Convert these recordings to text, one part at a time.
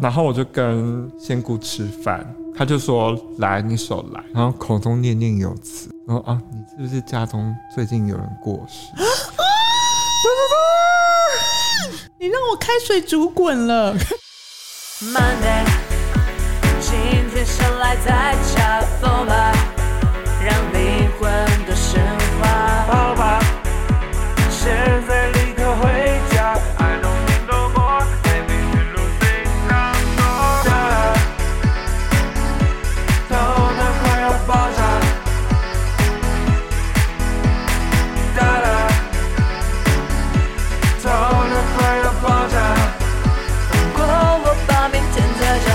然后我就跟仙姑吃饭，他就说来你手来，然后口中念念有词，然后啊你是不是家中最近有人过世？你让我开水煮滚了。 Monday，今天生来在恰逢吧，让灵魂的升华。好吧，现在立刻回家。I don't need no more, everything losing control。头脑快要爆炸。哒啦，头脑快要爆炸。如果我把明天再找。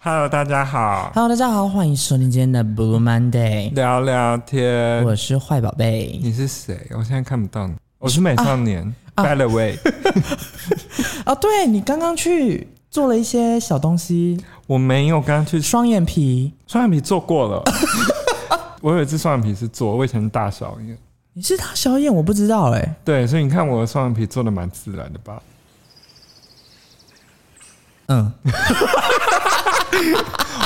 Hello，大家好， Hello，大家好，欢迎收听今天的 Blue Monday，聊聊天。我是坏宝贝。你是谁？我现在看不到你。我是美少年、b y 啊 the way，哦，对你刚刚去做了一些小东西，我没有刚刚去双眼皮，双眼皮做过了。 我有一次双眼皮是做，我以前是大小眼。你是大小眼，我不知道哎、对，所以你看我的双眼皮做的蛮自然的吧？嗯，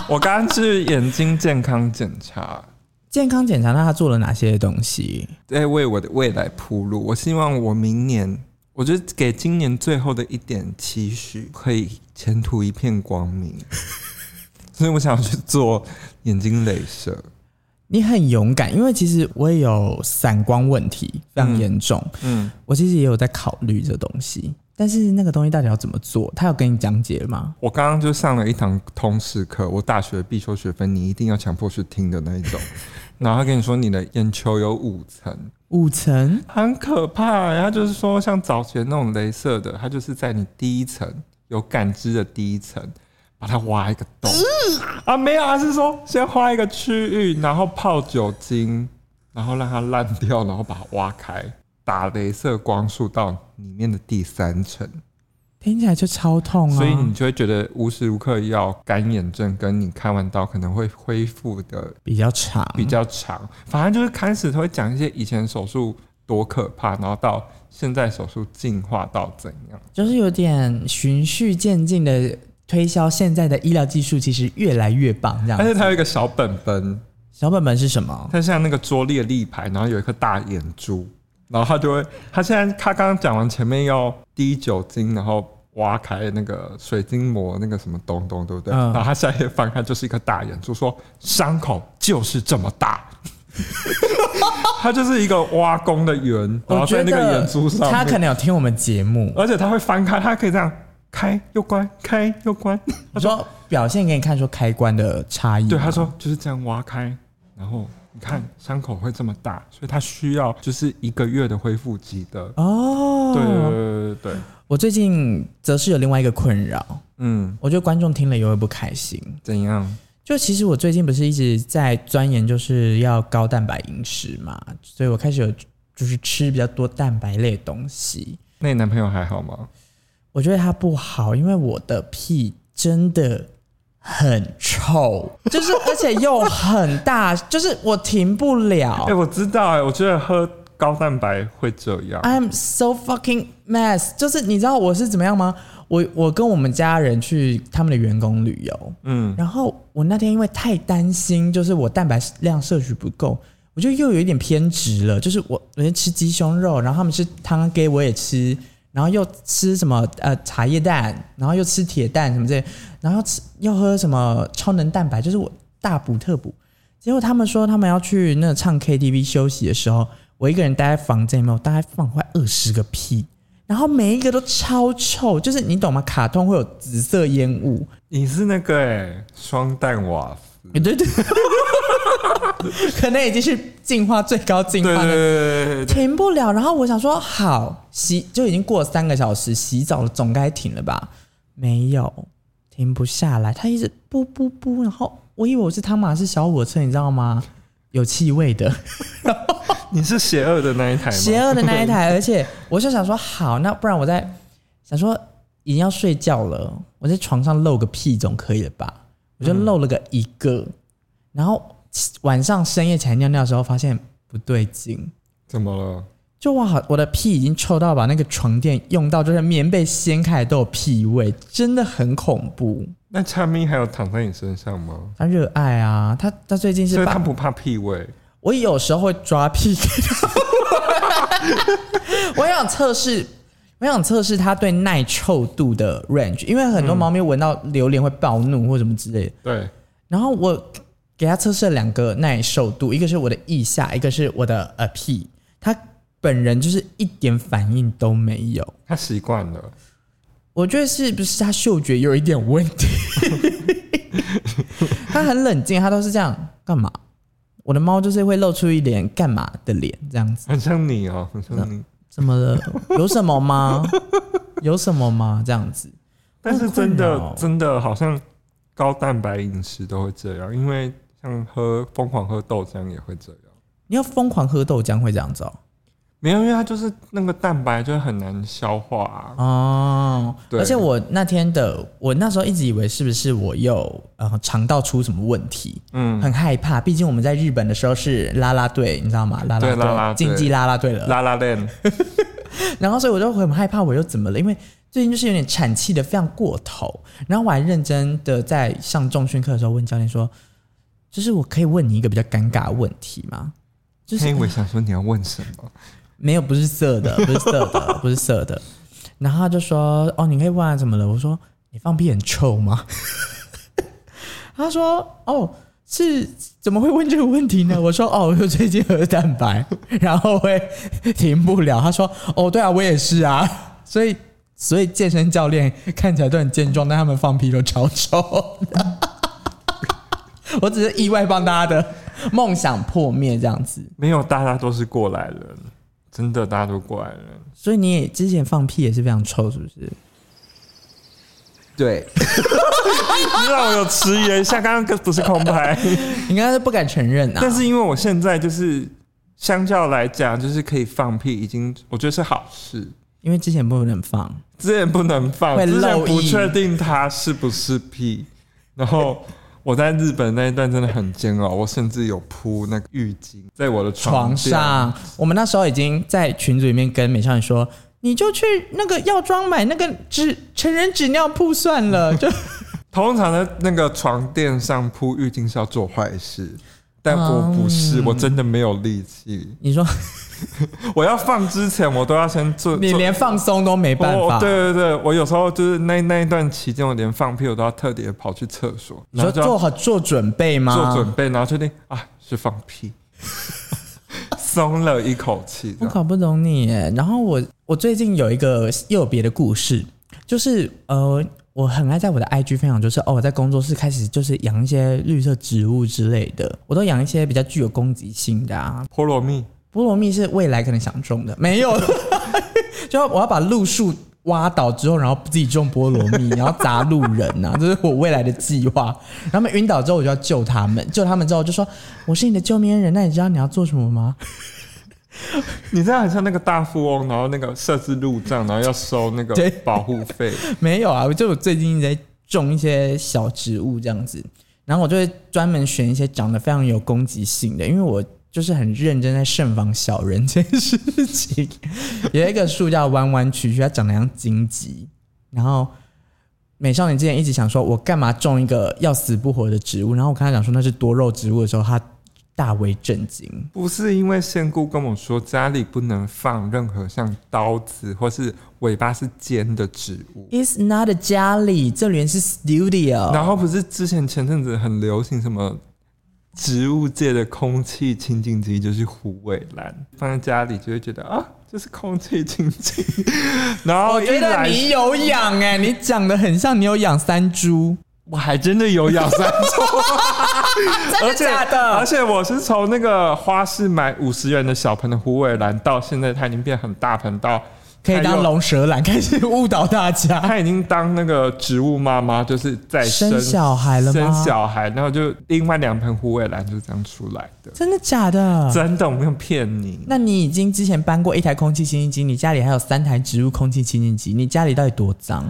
我刚刚去眼睛健康检查，健康检查，那他做了哪些东西？在哎为我的未来铺路。我希望我明年，我觉得给今年最后的一点期许，可以前途一片光明。所以我想去做眼睛镭射。你很勇敢，因为其实我也有散光问题，非常严重。嗯，我其实也有在考虑这东西，但是那个东西到底要怎么做？他有跟你讲解吗？我刚刚就上了一堂通识课，我大学必修学分，你一定要强迫去听的那一种。 然后他跟你说你的眼球有五层，五层很可怕。然后就是说，像早前那种镭射的，它就是在你第一层有感知的第一层，把它挖一个洞、啊，没有，他是说先画一个区域，然后泡酒精，然后让它烂掉，然后把它挖开，打镭射光束到里面的第三层。听起来就超痛啊！所以你就会觉得无时无刻要干眼症，跟你开完刀可能会恢复的比较长，比较长。反正就是开始他会讲一些以前手术多可怕，然后到现在手术进化到怎样。就是有点循序渐进的推销现在的医疗技术，其实越来越棒这样而且子。它有一个小本本，小本本是什么？它像那个拙劣立牌，然后有一颗大眼珠，然后它就会，它现在它刚刚讲完前面要滴酒精，然后。挖开那个水晶膜，那个什么东东，对不对？嗯然后它下一页翻开就是一颗大眼珠，说伤口就是这么大， 它就是一个挖工的圆，然我后在觉那个得眼珠上面，他可能有听我们节目，而且它会翻开，它可以这样开又关，开又关。我说表现给你看，说开关的差异。对，他说就是这样挖开，然后你看伤口会这么大，所以它需要就是一个月的恢复期的。哦，对对对对对对，我最近则是有另外一个困扰，嗯，我觉得观众听了也会不开心。怎样？就其实我最近不是一直在钻研，就是要高蛋白饮食嘛，所以我开始有就是吃比较多蛋白类的东西。那你男朋友还好吗？我觉得它不好，因为我的屁真的很臭，就是而且又很大， 就是我停不了哎、。我知道哎、我觉得喝高蛋白会这样。 I'm so fucking mess，就是你知道我是怎么样吗？我我跟我们家人去他们的员工旅游，嗯，然后我那天因为太担心，就是我蛋白量摄取不够，我就又有一点偏执了，就是我我就吃鸡胸肉，然后他们吃汤给我也吃，然后又吃什么呃茶叶蛋，然后又吃铁蛋什么之类，然后吃又喝什么超能蛋白，就是我大补特补。结果他们说他们要去那唱 KTV 休息的时候，我一个人待在房间里面，我大概放快二十个屁。然后每一个都超臭，就是你懂吗？卡通会有紫色烟雾，你是那个哎、双蛋瓦夫。对 对，可能已经是进化最高进对化对的，对对对对。停不了。然后我想说，好洗就已经过了三个小时，洗澡了总该停了吧？没有，停不下来，它一直噗噗噗。然后我以为我是汤马士小火车，你知道吗？有气味的， 你是邪恶的那一台吗？邪恶的那 一台。而且我就想说，好，那不然我在想说已经要睡觉了，我在床上漏个屁总可以了吧？我就漏了个一个，嗯然后晚上深夜起来尿尿的时候发现不对劲，怎么了？就哇，我的屁已经臭到把那个床垫用到，就是棉被掀开来都有屁味，真的很恐怖。那恰咪还有躺在你身上吗？他热爱啊，他他最近所是以他把，不怕屁味， 我有时候会抓屁给他闻，我想测试，我想测试他对耐臭度的 range，因为很多猫咪闻到榴莲会暴怒或什么之类的。对，然后我给他测试了两个耐受度，一个是我的腋下，一个是我的呃屁，他本人就是一点反应都没有。他习惯了。我觉得是不是他嗅觉有一点问题？ 他很冷静，他都是这样干嘛？我的猫就是会露出一脸干嘛的脸，这样子，很像你哦、很像你。怎么了？有什么吗？有什么吗？这样子，但是真好困扰的哦真的好像高蛋白饮食都会这样，因为像喝疯狂喝豆浆也会这样。你要疯狂喝豆浆会这样子哦。没有，因为它就是那个蛋白就很难消化、啊。哦，对而且我那天的，我那时候一直以为是不是我又呃肠道出什么问题，嗯，很害怕。毕竟我们在日本的时候是啦啦队，你知道吗？啦啦对队，啦啦队竞技啦啦队了。拉拉 链，然后所以我就很害怕我又怎么了，因为最近就是有点产气的非常过头。然后我还认真的在上重训课的时候问教练说，就是我可以问你一个比较尴尬的问题吗？就所是以哎我想说你要问什么？没有不是色的， 不是色的，不是色的。然后他就说哦，你可以问啊怎么了？我说你放屁很臭吗？ 他说哦。是怎么会问这个问题呢？我说哦，我最近喝蛋白，然后会停不了。他说哦，对啊，我也是啊，所以所以健身教练看起来都很健壮，但他们放屁都超臭。 我只是意外帮大家的梦想破灭这样子，没有，大家都是过来人，真的大家都过来人。所以你也之前放屁也是非常臭，是不是？对，你让我有迟疑了一下，刚刚跟不是空 拍，你刚才不敢承认啊。但是因为我现在就是相较来讲，就是可以放屁，已经我觉得是好事。因为之前不能放，之前不能放，会之前漏不液确定它是不是屁。然后我在日本那一段真的很煎熬，我甚至有铺那个浴巾在我的床垫，上，我们那时候已经在群组里面跟美少女说，你就去那个药妆买那个纸成人纸尿布算 了，就通常的那个床垫上铺浴巾是要做坏事。但我不嗯。是，我真的没有力气你说我要放之前，我都要先做。你做连放松都没办我法，哦对对对，我有时候就是那那一段期间，我连放屁我都要特地跑去厕所，你然后说就要做好做准备吗？做准备，然后确定啊是放屁， 松了一口气。这我样搞不懂你耶。然后我我最近有一个又有别的故事，就是呃，我很爱在我的 IG 分享，就是哦，我在工作室开始就是养一些绿色植物之类的，我都养一些比较具有攻击性的啊。菠萝蜜，菠萝蜜是未来可能想种的，没有， 就我要把路树挖倒之后，然后自己种菠萝蜜，然后砸路人呐、啊，这是我未来的计划。然后他们晕倒之后，我就要救他们，救他们之后我就说我是你的救命恩人，那你知道你要做什么吗？你这样很像那个大富翁，然后那个设置路障，然后要收那个对保护 费。没有啊，我就我最近一直在种一些小植物这样子，然后我就会专门选一些长得非常有攻击性的，因为我就是很认真在慎防小人这件事情。有一个树叫弯弯曲曲，它长得像荆棘，然后。美少女之前一直想说，我干嘛种一个要死不活的植物？然后我跟她讲说那是多肉植物的时候，她大为震惊。不是因为仙姑跟我说家里不能放任何像刀子或是尾巴是尖的植物。 It's not a 家里，这里面是 studio。然后不是之前前阵子很流行什么植物界的空气清净机，就是虎尾兰，放在家里就会觉得啊，这是空气清净。 然后我觉一得来你有养哎、你讲的很像你有养三株，我还真的有养三株，真而且 而？且我是从那个花市买五十元的小盆的虎尾兰，到现在它已经变很大盆到。可以当龙舌兰，开始误导大家。他已经当那个植物妈妈，就是在生生小孩了吗生小孩，然后就另外两盆虎尾兰就这样出来的， 真的假的？真的，我没有骗你。那你已经之前搬过一台空气清净机，你家里还有三台植物空气清净机，你家里到底多脏？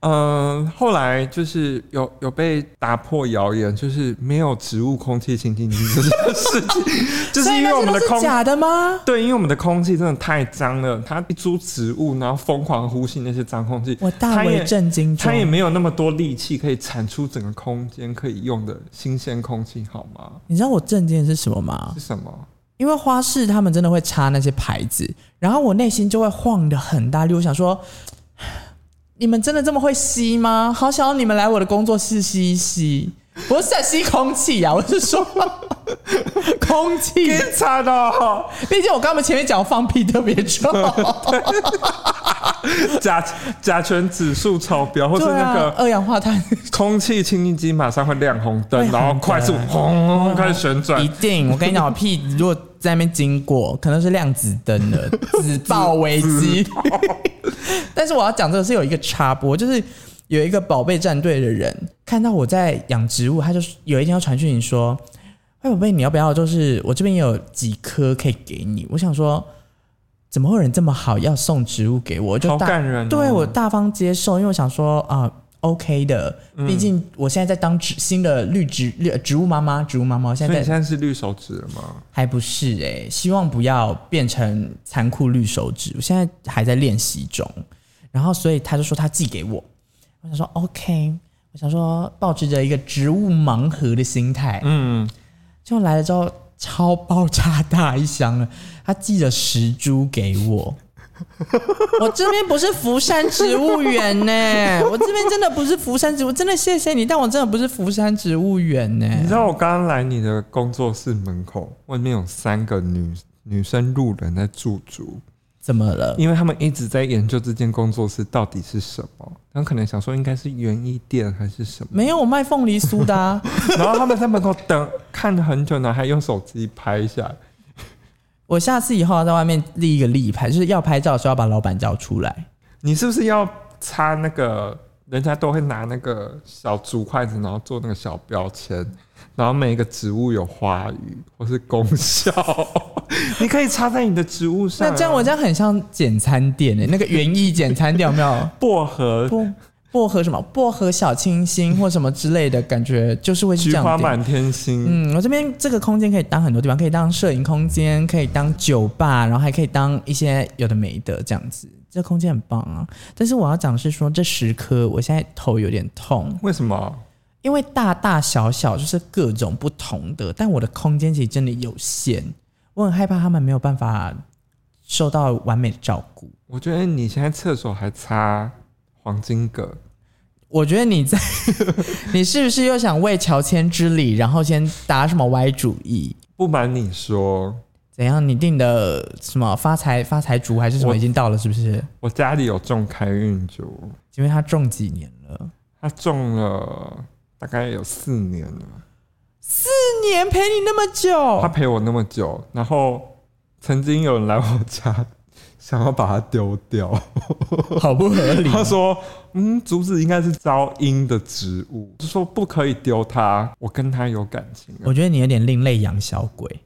嗯，后来就是有有被打破谣言，就是没有植物空气清净机这件事情， 就是因为我们的所以那些都空是假的吗？ 对，因为我们的空气真的太脏了，它一株植物，然后疯狂呼吸那些脏空气，我大它也为震惊中它也没有那么多力气可以产出整个空间可以用的新鲜空气，好吗？你知道我震惊的是什么吗是？什么？ 因为花市他们真的会插那些牌子，然后我内心就会晃的很大，例如想说， 你们真的这么会吸吗？好想要你们来我的工作室吸一吸。我是在吸空气呀、啊，我是说 空气，天差的，哦毕竟我刚刚前面讲我放屁特别 重，甲甲醛指数超标，或是对那啊，个二氧化碳空气清净机马上会亮红灯，会然后红快速灯轰开始旋转一，定。我跟你讲，我屁如果在那边经过，可能是亮子灯了，自爆危机。 但是我要讲这个是有一个插播，就是有一个宝贝战队的人看到我在养植物，他就有一天要传讯你说：“哎，宝贝，你要不要？就是我这边有几颗可以给你。”我想说。怎么会有人这么好要送植物给我？我就好大感人哦对我大方接受，因为我想说啊、OK 的，毕竟我现在在当植新的绿植绿植物妈妈，植物妈妈，我现所以在你在现在是绿手指了吗？还不是哎、希望不要变成残酷绿手指。我现在还在练习中，然后所以他就说他寄给我，我想说 OK，我想说抱持着一个植物盲盒的心态，嗯，就来了之后超爆炸大一箱了，他寄了十株给我。我这边不是福山植物园呢、我这边真的不是福山植物，真的谢谢你，但我真的不是福山植物园呢、你知道我刚刚来你的工作室门口，外面有三个女女生路人在驻足，怎么了？因为他们一直在研究这间工作室到底是什么，他们可能想说应该是园艺店还是什么，没有，我卖凤梨酥的、啊。然后他们在门口等看了很久呢，还用手机拍下来。我下次以后要啊在外面立一个立牌，就是要拍照的时候要把老板叫出来。你是不是要插那个？人家都会拿那个小竹筷子，然后做那个小标签，然后每一个植物有花语或是功 效，你可以插在你的植物上啊、那这样我这样很像简餐店诶、欸那个园艺简餐店有没 有？薄荷薄薄荷什么薄荷小清新或什么之类的感觉，就是会是菊嗯这样花店。满天星，嗯，我这边这个空间可以当很多地方，可以当摄影空间，可以当酒吧，然后还可以当一些有的没的这样子。这空间很棒啊！但是我要讲的是说，这十颗我现在头有点痛，为什么？因为大大小小就是各种不同的，但我的空间其实真的有限，我很害怕他们没有办法受到完美的照顾。我觉得你现在厕所还擦黄金葛，我觉得你 在，你是不是又想为乔迁之礼，然后先打什么歪主意？不瞒你说，怎样？你定的什么发财发财竹还是什么我已经到了是不是？我家里有种开运竹，请问他种几年了？它种了大概有四年了，四年陪你那么它久，陪我那么久，然后曾经有人来我家想要把它丢掉，嗯好不合 理。他说：“嗯，竹子应该是招阴的植物，就说不可以丢它，我跟它有感情啊。”我觉得你有点另类养小鬼。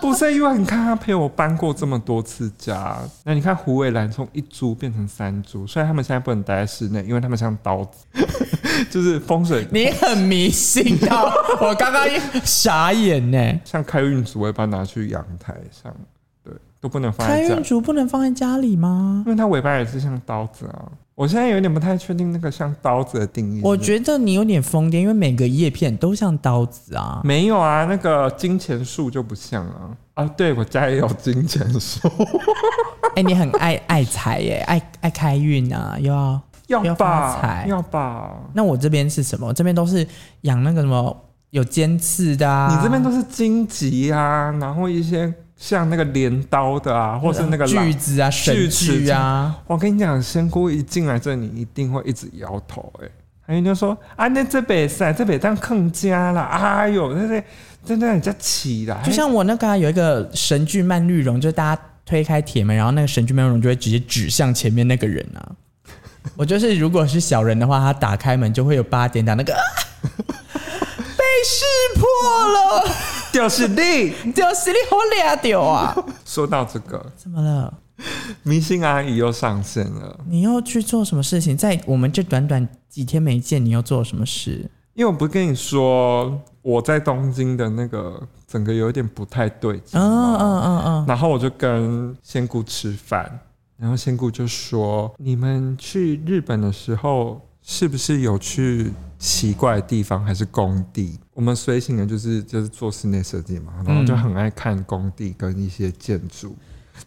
不是因为你看他陪我搬过这么多次家，那你看胡伟兰从一株变成三株，虽然他们现在不能待在室内，因为他们像刀子， 就是风水你很迷信 到我刚刚傻眼欸呢、像开运竹，我也把它拿去阳台上，对，都不能放开在家嗯运，竹不能放在家里吗因？为它尾巴也是像刀子啊。我现在有点不太确定那个像刀子的定义。我觉得你有点疯癫，因为每个叶片都像刀子啊。没有啊，那个金钱树就不像啊。啊，对我家也有金钱树，哎、你很爱爱财耶、爱爱开运啊，又要要要发吧财，要吧。那我这边是什么？我这边都是养那个什么有尖刺的啊。你这边都是荆棘啊，然后一些像那个镰刀的啊，嗯或是那个锯锯。子啊、锯绳齿锯啊，我跟你讲，仙姑一进来这里一定会一直摇头、欸，哎，还有就说啊，那这北塞这北当坑家啦，哎呦，那在在那人家起来，就像我那个、啊、有一个神剧慢绿绒，就是大家推开铁门，然后那个神剧慢绿绒就会直接指向前面那个人啊。 我就是，如果是小人的话，他打开门就会有八点档那个、啊、被识破了，掉实力。就实力好俩丢啊！说到这个，怎么了？迷信阿姨又上线了，你又去做什么事情？在我们这短短几天没见，你又做了什么事？因为我不跟你说我在东京的那个整个有一点不太对劲嗯吗嗯嗯嗯，然后我就跟仙姑吃饭，然后仙姑就说：“你们去日本的时候，是不是有去奇怪的地方，还是工地？我们随行的就是就是做室内设计嗯嘛，然后就很爱看工地跟一些建筑。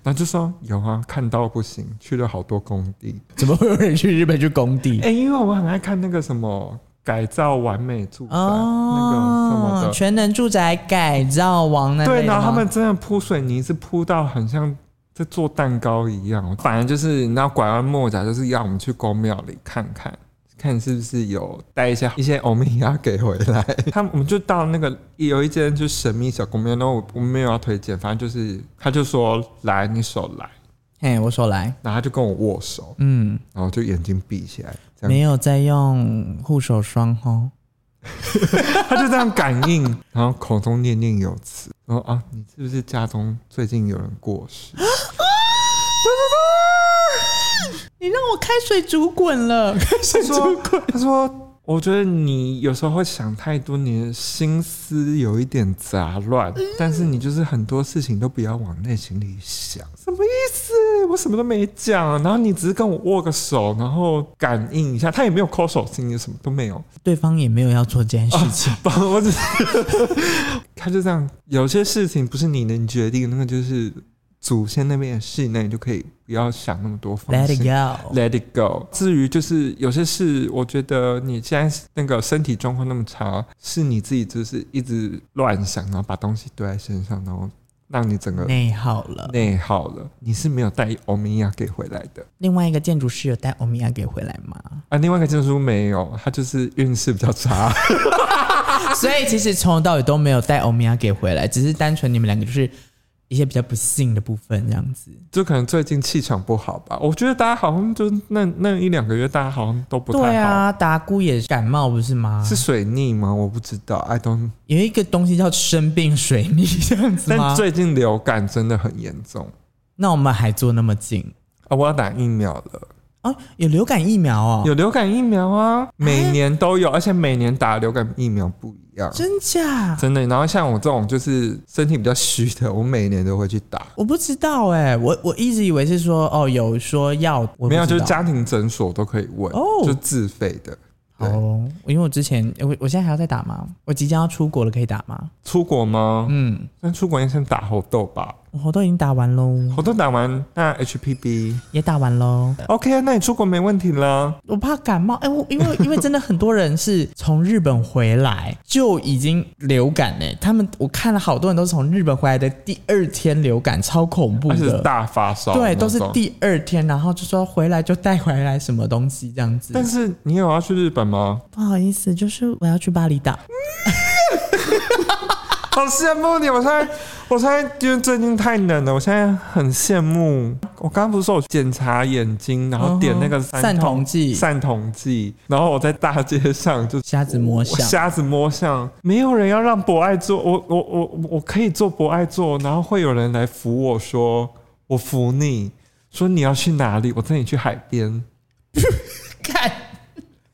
然后就说有啊，看到不行，去了好多工地。怎么会有人去日本去工地？哎、因为我很爱看那个什么改造完美住宅、那个什么哦的，，啊全能住宅改造王那类的对，然后他吗们真的铺水泥是铺到很像在做蛋糕一样，反正就是你知道拐弯抹角，就是要我们去公庙里看看。看是不是有带一些一些欧米亚给回 来？他们我们就到那个有一间就是神秘小公庙，然后我我没有要推荐，反正就是他就说来你手来，嘿，我手来，然后他就跟我握手，嗯，然后就眼睛闭起来，这样没有在用护手霜哦。他就这样感应，然后口中念念有词，然后啊，你是不是家中最近有人过世？ 你让我开水煮滚了，开水他说：“他说，我觉得你有时候会想太多，你的心思有一点杂乱，但是你就是很多事情都不要往内心里想。什么意思？我什么都没讲，然后你只是跟我握个手，然后感应一下，他也没有抠手心，也什么都没有。 对方也没有要做这件事情，不，我只是他就这样。有些事情不是你能决定，那个就是祖先那边的事，那你就可以不要想那么多。放 Let it 心 go。 Let it go。至于就是有些事，我觉得你现在那个身体状况那么差，是你自己就是一直乱想，然后把东西堆在身上，然后让你整个内耗了。内耗了。你是没有带欧米亚给回来的另外一个建筑师有带欧米亚给回来吗？ 啊。另外一个证书没有，他就是运势比较差。 所以其实从头到尾都没有带欧米亚给回来，只是单纯你们两个就是一些比较不幸的部分这样子。就可能最近气场不好吧，我觉得大家好像就那那一两个月，大家好像都不太好。对啊，达姑也感冒不是吗？是水逆吗？我不知道，I don't。有一个东西叫生病水逆这样子 吗但？最近流感真的很严重那我们还坐那么近啊！我要打疫苗了。哦？有流感疫苗哦？哎有流感疫苗啊，每年都有，而且每年打流感疫苗不一样，真假？真的。然后像我这种就是身体比较虚的，我每年都会去打。我不知道哎、我我一直以为是说哦，有说要我不没有，知就是道家庭诊所都可以问，哦就自费的。好对，哦，因为我之前我我现在还要再打吗？我即将要出国了，可以打吗？出国吗？嗯，那出国应该先打猴痘吧？我都已经打完喽，猴痘打完，那 HPV 也打完喽。 OK 啊，那你出国没问题啦。我怕感冒，哎、我因为因为真的很多人是从日本回来就已经流感哎、他们我看了好多人都是从日本回来的第二天流感，超恐怖而且是的。大发烧，对，都是。第二天，然后就说回来就带回来什么东西这样子。但是你有要去日本吗？不好意思，就是我要去巴厘岛。好羡慕你！我现在，我现在因为最近太冷了，我现在很羡慕。我刚刚不是说我检查眼睛，然后点那个嗯哼散瞳瞳剂散瞳剂，然后我在大街上就瞎子摸我象瞎子摸象，没有人要让博爱做，我我我我可以做博爱做，然后会有人来扶我说，我扶你，说你要去哪里，我带你去海边，看，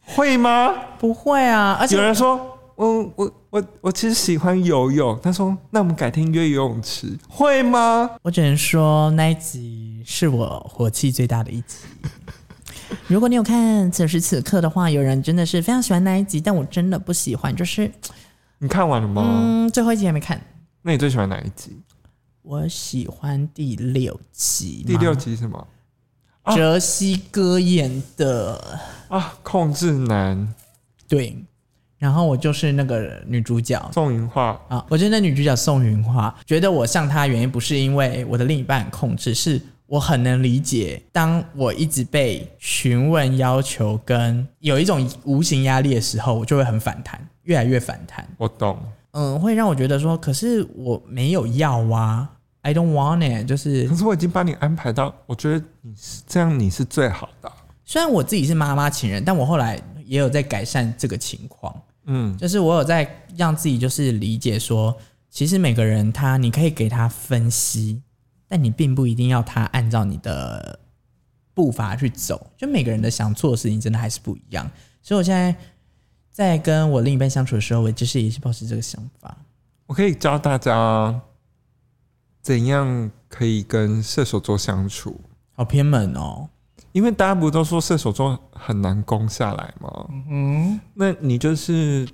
会吗？不会啊，而且有人说，嗯，我我我其实喜欢游泳，他说，那我们改天约游泳池，会吗？我只能说那一集是我火气最大的一集。 如果你有看此时此刻的话，有人真的是非常喜欢那一集，但我真的不喜欢，就是你看完了吗？嗯，最后一集还没看。那你最喜欢哪一集？我喜欢第六集，第六，集是什么啊哲西哥演的，啊？控制男对。然后我就是那个女主角宋云画啊，我觉得那女主角宋云花，觉得我像她原因不是因为我的另一半控制，是我很能理解，当我一直被询问、要求跟有一种无形压力的时候，我就会很反弹，越来越反弹。我懂。嗯，会让我觉得说，可是我没有要啊，I don't want it，就是可是我已经把你安排到，我觉得你是这样，你是最好的啊。虽然我自己是妈妈情人，但我后来也有在改善这个情况，嗯，就是我有在让自己就是理解说，其实每个人他你可以给他分析，但你并不一定要他按照你的步伐去走，就每个人的想做的事情真的还是不一样。所以我现在在跟我另一半相处的时候，我就是也是保持这个想法。我可以教大家怎样可以跟射手座相处，好偏门哦，因为大家不都说射手座很难攻下来吗？嗯，那你就是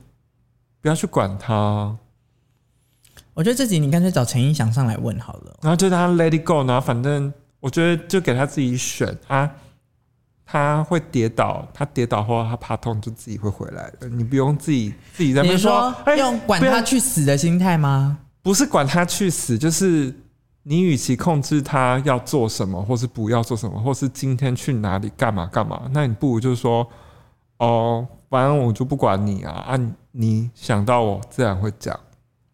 不要去管他，啊我觉得这集你干脆找陈意翔上来问好了。然后就让他 let it go，然后反正我觉得就给他自己选，他他会跌倒，他跌倒后他怕痛就自己会回来的，你不用自己自己在那你边说哎用管不要他去死的心态吗？不是管他去死，就是你与其控制他要做什么，或是不要做什么，或是今天去哪里干嘛干嘛，那你不如就是说，哦，反正我就不管你啊，啊，你你想到我自然会讲，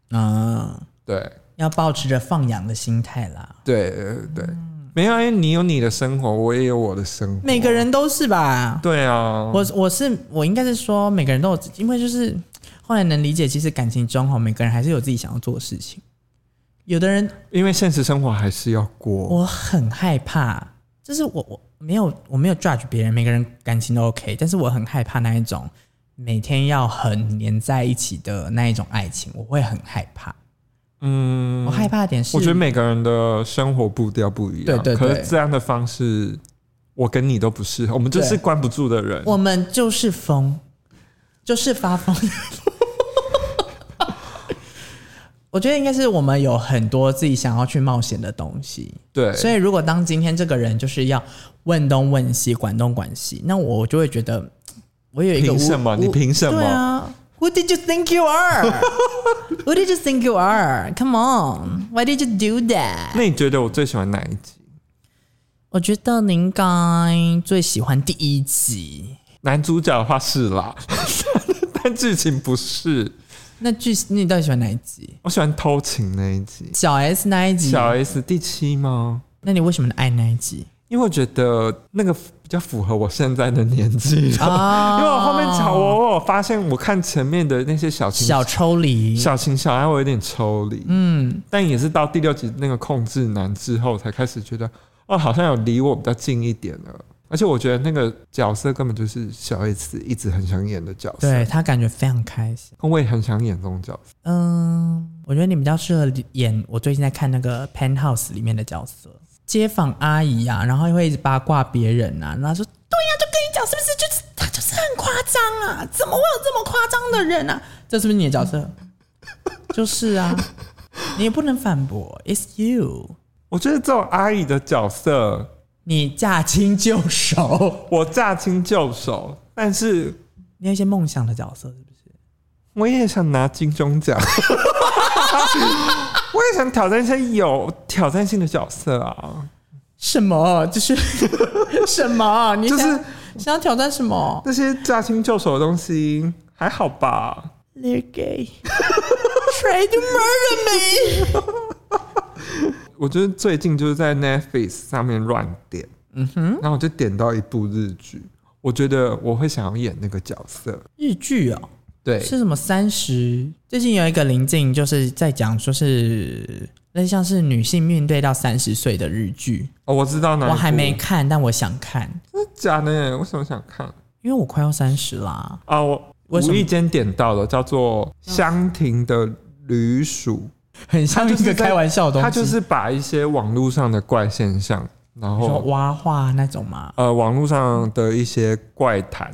嗯，对要保持着放养的心态啦。对对，嗯没有，因为哎你有你的生活，我也有我的生活，每个人都是吧？对啊，我我是我应该是说每个人都有，因为就是后来能理解，其实感情中哈，每个人还是有自己想要做的事情。有的人因为现实生活还是要过，我很害怕，就是我我没有我没有 judge 别人，每个人感情都 OK，但是我很害怕那一种每天要很黏在一起的那一种爱情，我会很害怕。嗯我，害怕的点是，我觉得每个人的生活步调不一样，对对对可是这样的方式，我跟你都不适合，我们就是对关不住的人。我们就是疯，就是发疯。 我觉得应该是我们有很多自己想要去冒险的东西，对，所以如果当今天这个人就是要问东问西、管东管西，那我就会觉得我有一个凭无什么无你凭什么对啊，Who did you think you are? Who did you think you are? Come on, why did you do that? 那你觉得我最喜欢哪一集？我觉得你应该最喜欢第一集。男主角的话是啦， 但剧情不是。那剧，你到底喜欢哪一集？我喜欢偷情那一集，小 S 那一集？小 S 第七吗？那你为什么爱那一集？因为我觉得那个比较符合我现在的年纪了。啊 因为我后面找我，我有发现我看前面的那些小情小抽离，小情小爱，我有点抽离。嗯，但也是到第六集那个控制男之后，才开始觉得哦，好像有离我比较近一点了。而且我觉得那个角色根本就是小 S 一直很想演的角色，对，他感觉非常开心。我也很想演这种角色。嗯，我觉得你比较适合演我最近在看那个《Penthouse》里面的角色，街坊阿姨啊，然后会一直八卦别人啊，然后说对呀、就跟你讲是不是？就是他就是很夸张啊，怎么会有这么夸张的人啊？这是不是你的 角色？就是啊，你也不能反驳，It's you，我觉得这种阿姨的角色，你驾轻就熟，我驾轻就熟，但是你有一些梦想的角色是不是？我也想拿金钟 奖，我也想挑战一些有挑战性的角色啊。什么？就是 什么？你想、就是想要挑战什么那些驾轻就熟的东西还好吧？ ？They're gay. Try to murder me. 我就是最近就是在 Netflix 上面乱点，嗯哼，然后我就点到一部日剧，我觉得我会想要演那个角色，日剧哦，对，是什么三十？最近有一个临近，就是在讲，就是那像是女性面对到三十岁的日剧，哦，我知道哪一部，我还没看，但我想看，真的假的，我什么想看因为我快要三十啦。啊？我无为什么意间点到了，叫做《嗯香亭的旅鼠很》，像一就是个在开玩笑的东西，他就是把一些网络上的怪现象，然说后挖话那种嘛。呃，网络上的一些怪谈，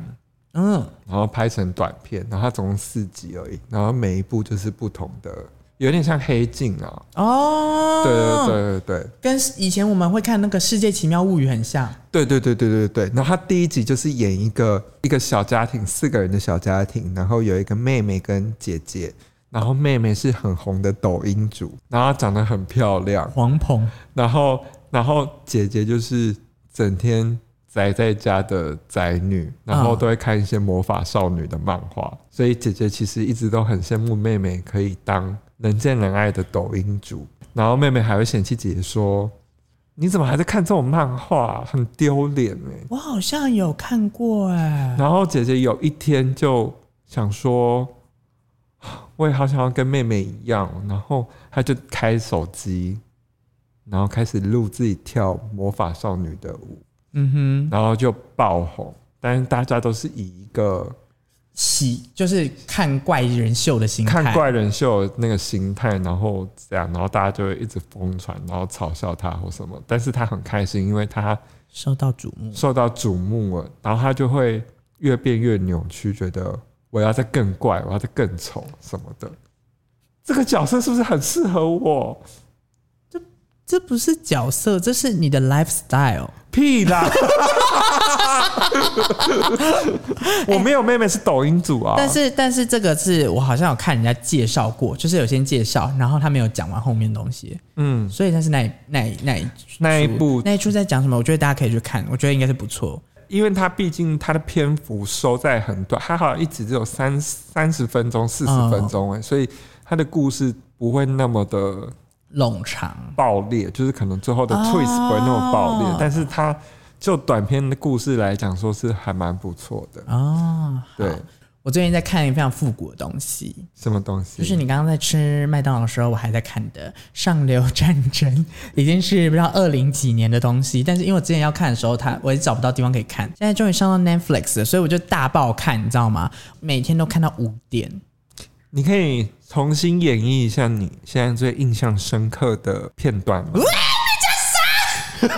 嗯，然后拍成短片，然后它总共四集而已，然后每一部就是不同的，有点像黑镜啊。哦，对对对对跟以前我们会看那个《世界奇妙物语》很像。对对对对对对对。然后他第一集就是演一个一个小家庭，四个人的小家庭，然后有一个妹妹跟姐姐，然后妹妹是很红的抖音主，然后她长得很漂亮，黄鹏，然后然后姐姐就是整天。宅在家的宅女，然后都会看一些魔法少女的漫画，所以姐姐其实一直都很羡慕妹妹可以当人见人爱的抖音主，然后妹妹还会嫌弃姐姐说：“你怎么还在看这种漫画啊、很丢脸哎！”我好像有看过哎、然后姐姐有一天就想说，我也好想要跟妹妹一样，然后她就开手机，然后开始录自己跳魔法少女的舞，嗯哼，然后就爆红。但是大家都是以一个喜就是看怪人秀的心态，看怪人秀的那个心态，然后这样，然后大家就会一直疯传，然后嘲笑他或什么。但是他很开心，因为他受到瞩目，受到瞩目了，然后他就会越变越扭曲，觉得我要再更怪，我要再更丑什么的。这个角色是不是很适合我？这不是角色，这是你的 lifestyle。屁啦！我没有妹妹是抖音组啊，但是但是这个是我好像有看人家介绍过，就是有先介绍，然后他没有讲完后面的东西，嗯，所以但是那一那一那一出那一部那一出在讲什么？我觉得大家可以去看，我觉得应该是不错。因为它毕竟它的篇幅收在很短，它好像一直只有三三十分钟、四十分钟哎、嗯所以它的故事不会那么的冗长，爆裂，就是可能最后的 twist 不会那么爆裂，哦但是它就短篇的故事来讲，说是还蛮不错的。哦，对，我最近在看一个非常复古的东西，什么东西？就是你刚刚在吃麦当劳的时候，我还在看的《上流战争》，已经是不知道二零几年的东西，但是因为我之前要看的时候，它我也找不到地方可以看，现在终于上到 Netflix 了，所以我就大爆看，你知道吗？每天都看到五点。你可以重新演绎一下你现在最印象深刻的片段 吗？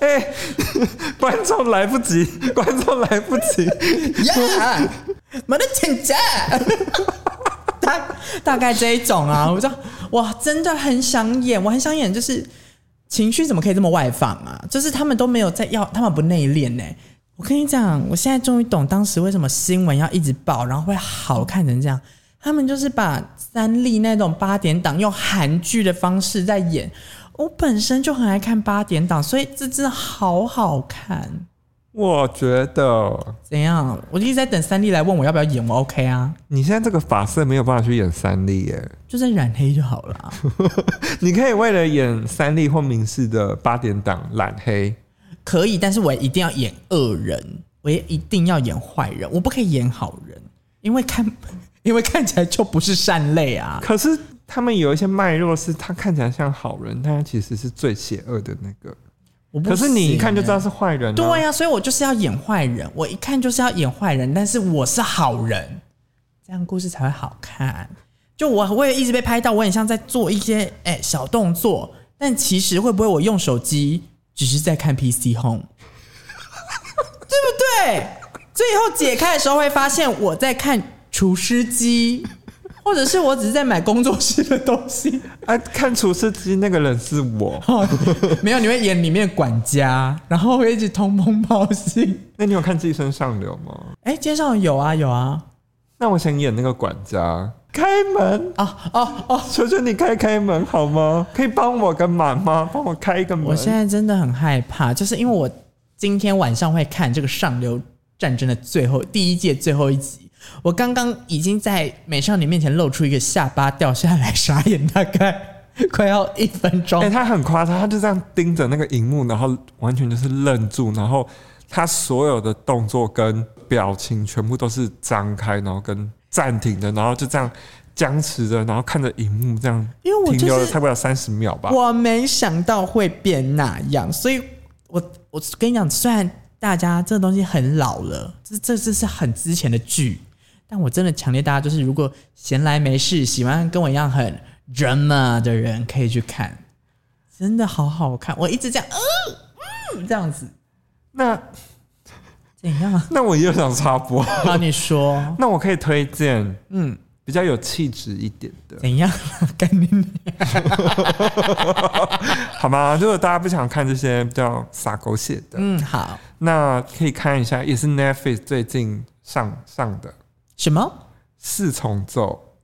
哎、观众来不及，观众来不及。呀，没得请假。大大概这一种啊，我知道，哇，真的很想演，我很想演，就是情绪怎么可以这么外放啊？就是他们都没有在要，他们不内敛呢。我跟你讲，我现在终于懂当时为什么新闻要一直报，然后会好看成这样。他们就是把三立那种八点档用韩剧的方式在演。我本身就很爱看八点档，所以这真的好好看。我觉得怎样？我就一直在等三立来问我要不要演，我 OK 啊，你现在这个发色没有办法去演三立耶，就在染黑就好了 啊、你可以为了演三立或明视的八点档染黑，可以，但是我一定要演恶人，我也一定要演坏人，我不可以演好人，因为看 因为看起来就不是善类啊。可是他们有一些脉络是他看起来像好人，但他其实是最邪恶的那个。我不可是你一行看就知道欸。是坏人、啊，对呀、所以我就是要演坏人，我一看就是要演坏人，但是我是好人，这样故事才会好看。就我我也一直被拍到，我很像在做一些哎、小动作，但其实会不会我用手机只是在看 PC Home？对，最后解开的时候会发现我在看厨师机，或者是我只是在买工作室的东西。啊，看厨师机那个人是 我，没有，你会演里面管家，然后会一直通风报信。那你有看《寄生上流》吗？哎，街上有啊有啊，那我想演那个管家，开门，啊哦哦！求求你开开门好吗？可以帮我个忙吗？帮我开一个门。我现在真的很害怕，就是因为我今天晚上会看这个《上流战争》的最后第一届最后一集。我刚刚已经在美少女面前露出一个下巴掉下来傻眼，大概快要一分钟哎、。他很夸张，他就这样盯着那个荧幕，然后完全就是愣住，然后他所有的动作跟表情全部都是张开，然后跟暂停的，然后就这样僵持着，然后看着荧幕这样，因为我就是停留了差不多三十秒吧。我没想到会变那样，所以我我跟你讲，虽然大家这个东西很老了，这这这是很之前的剧，但我真的强烈大家就是，如果闲来没事，喜欢跟我一样很人嘛的人，可以去看，真的好好看。我一直这样，嗯嗯，这样子那怎样？那我又想插播，好，你说那我可以推荐，嗯，比较有气质一点的，怎样？干你娘！好吗？如果大家不想看这些比较洒狗血的，嗯，好，那可以看一下，也是 Netflix 最近上上的《什么？四重奏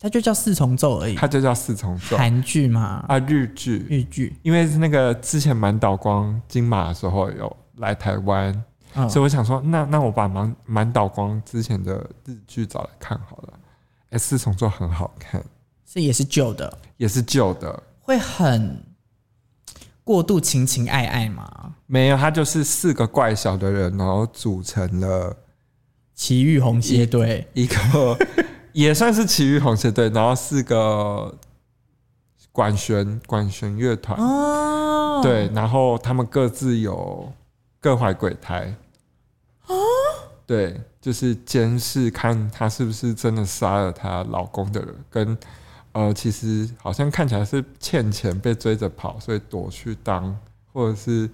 它就叫四重奏而已》，，它就叫《四重奏》韩剧嘛，啊，日剧，日剧。因为是那个之前满岛光金马的时候有来台湾，嗯所以我想说，那那我把满满岛光之前的日剧找来看好了。哎、四重奏很好看，这也是旧的，也是旧的，会很过度情情爱爱吗？没有，他就是四个怪小的人，然后组成了奇遇红蝎队 一个也算是奇遇红鞋队，然后四个管弦管弦乐团，哦，，对，然后他们各自有各怀鬼胎。哦，对，就是监视看她是不是真的杀了她老公的人，跟呃，其实好像看起来是欠钱被追着跑，所以躲去当，或者是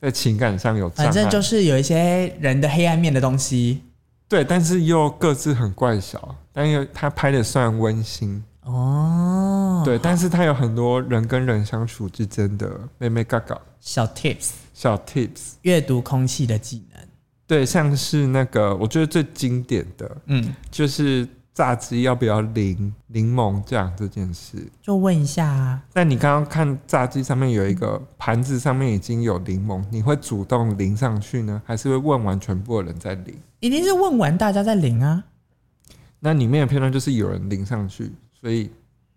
在情感上有障碍，反正就是有一些人的黑暗面的东西。对，但是又各自很怪小，但又他拍的算温馨。哦，对，但是他有很多人跟人相处之间的妹妹嘎嘎小 tips，小 tips，阅读空气的技能。对，像是那个我觉得最经典的嗯，就是炸鸡要不要淋柠檬酱这件事。就问一下啊，那你刚刚看炸鸡上面有一个盘子，上面已经有柠檬，你会主动淋上去呢，还是会问完全部的人再淋？一定是问完大家再领啊。那里面的片段就是有人淋上去，所以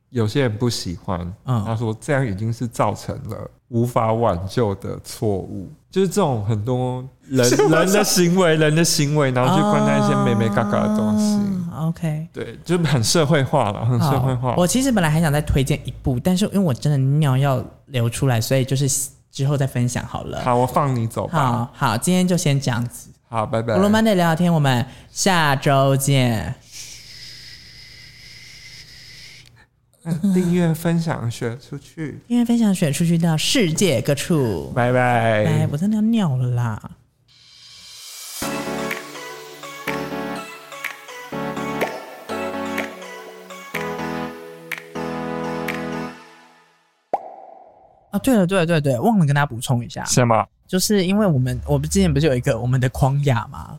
有些人不喜欢。嗯他说这样已经是造成了无法挽救的错误，就是这种很多人人的行为，人的行为，然后去观待一些美美嘎嘎的东西。啊 OK。对，就很社会化了，很社会化好。我其实本来还想再推荐一部，但是因为我真的尿要流出来，所以就是之后再分享好了。好，我放你走吧。好好，今天就先这样子。好，拜拜葫。芦曼的聊聊天，我们下周见。订阅、分享、学出去，因为分享选出去到世界各处。拜哎拜，。我真的要尿了啦！啊，对了，对了，对了对了，忘了跟大家补充一下，什么？就是因为我们我们之前不是有一个我们的框架嘛，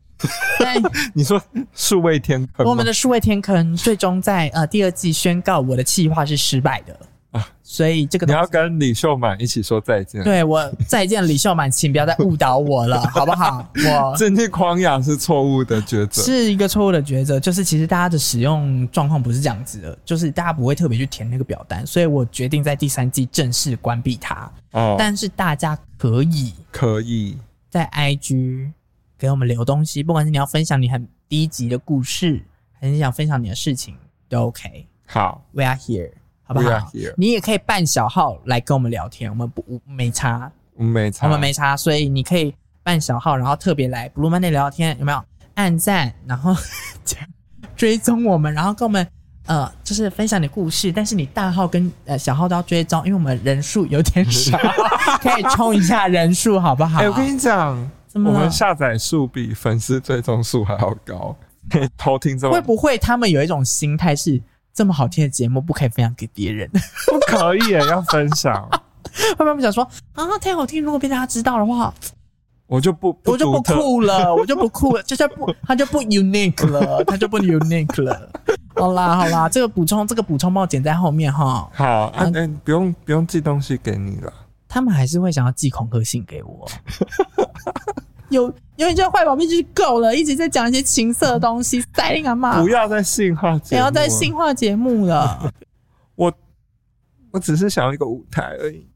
但你说数位天坑吗？我们的数位天坑最终在呃第二季宣告我的计划是失败的啊所以这个你东西要跟李秀满一起说再见。 对我再见，李秀满，请不要再误导我了，好不好？我政治框架是错误的抉择。啊是一个错误的抉择，就是其实大家的使用状况不是这样子的，就是大家不会特别去填那个表单，所以我决定在第三季正式关闭它。哦，但是大家可以可以，在 IG 给我们留东西，不管是你要分享你很低级的故事，还是你想分享你的事情，都 OK。好， We are here，好不 We are 好 here？你也可以办小号来跟我们聊天，我们不没差。我们没差，我们没差，所以你可以办小号，然后特别来 Blue Monday 聊聊天，有没有？按赞，然后 追踪我们，然后跟我们呃，就是分享你故事，但是你大号跟呃小号都要追踪，因为我们人数有点 少，可以冲一下人数，好不好？哎、我跟你讲，怎么我了们下载数比粉丝追踪数还要高， 偷听这会么不会他们有一种心态是这么好听的节目不可以分享给别人？ 不可以耶，要分享，会不会他们想说啊太好听，如果被大家知道的话，我就不，我就不独特，酷了，我就不酷了，就是不，他就不 unique 了，他就不 unique 了。好啦好啦，这个补充这个补充帮我剪在后面哈，好，啊啊，哎、不用不用寄东西给你了，他们还是会想要寄恐吓信给 我。有有你这坏毛病就是够了，一直在讲一些情色的东西，塞令阿妈不，要啊再信化不节目，要再信，化节目了。我只是想要一个舞台而已。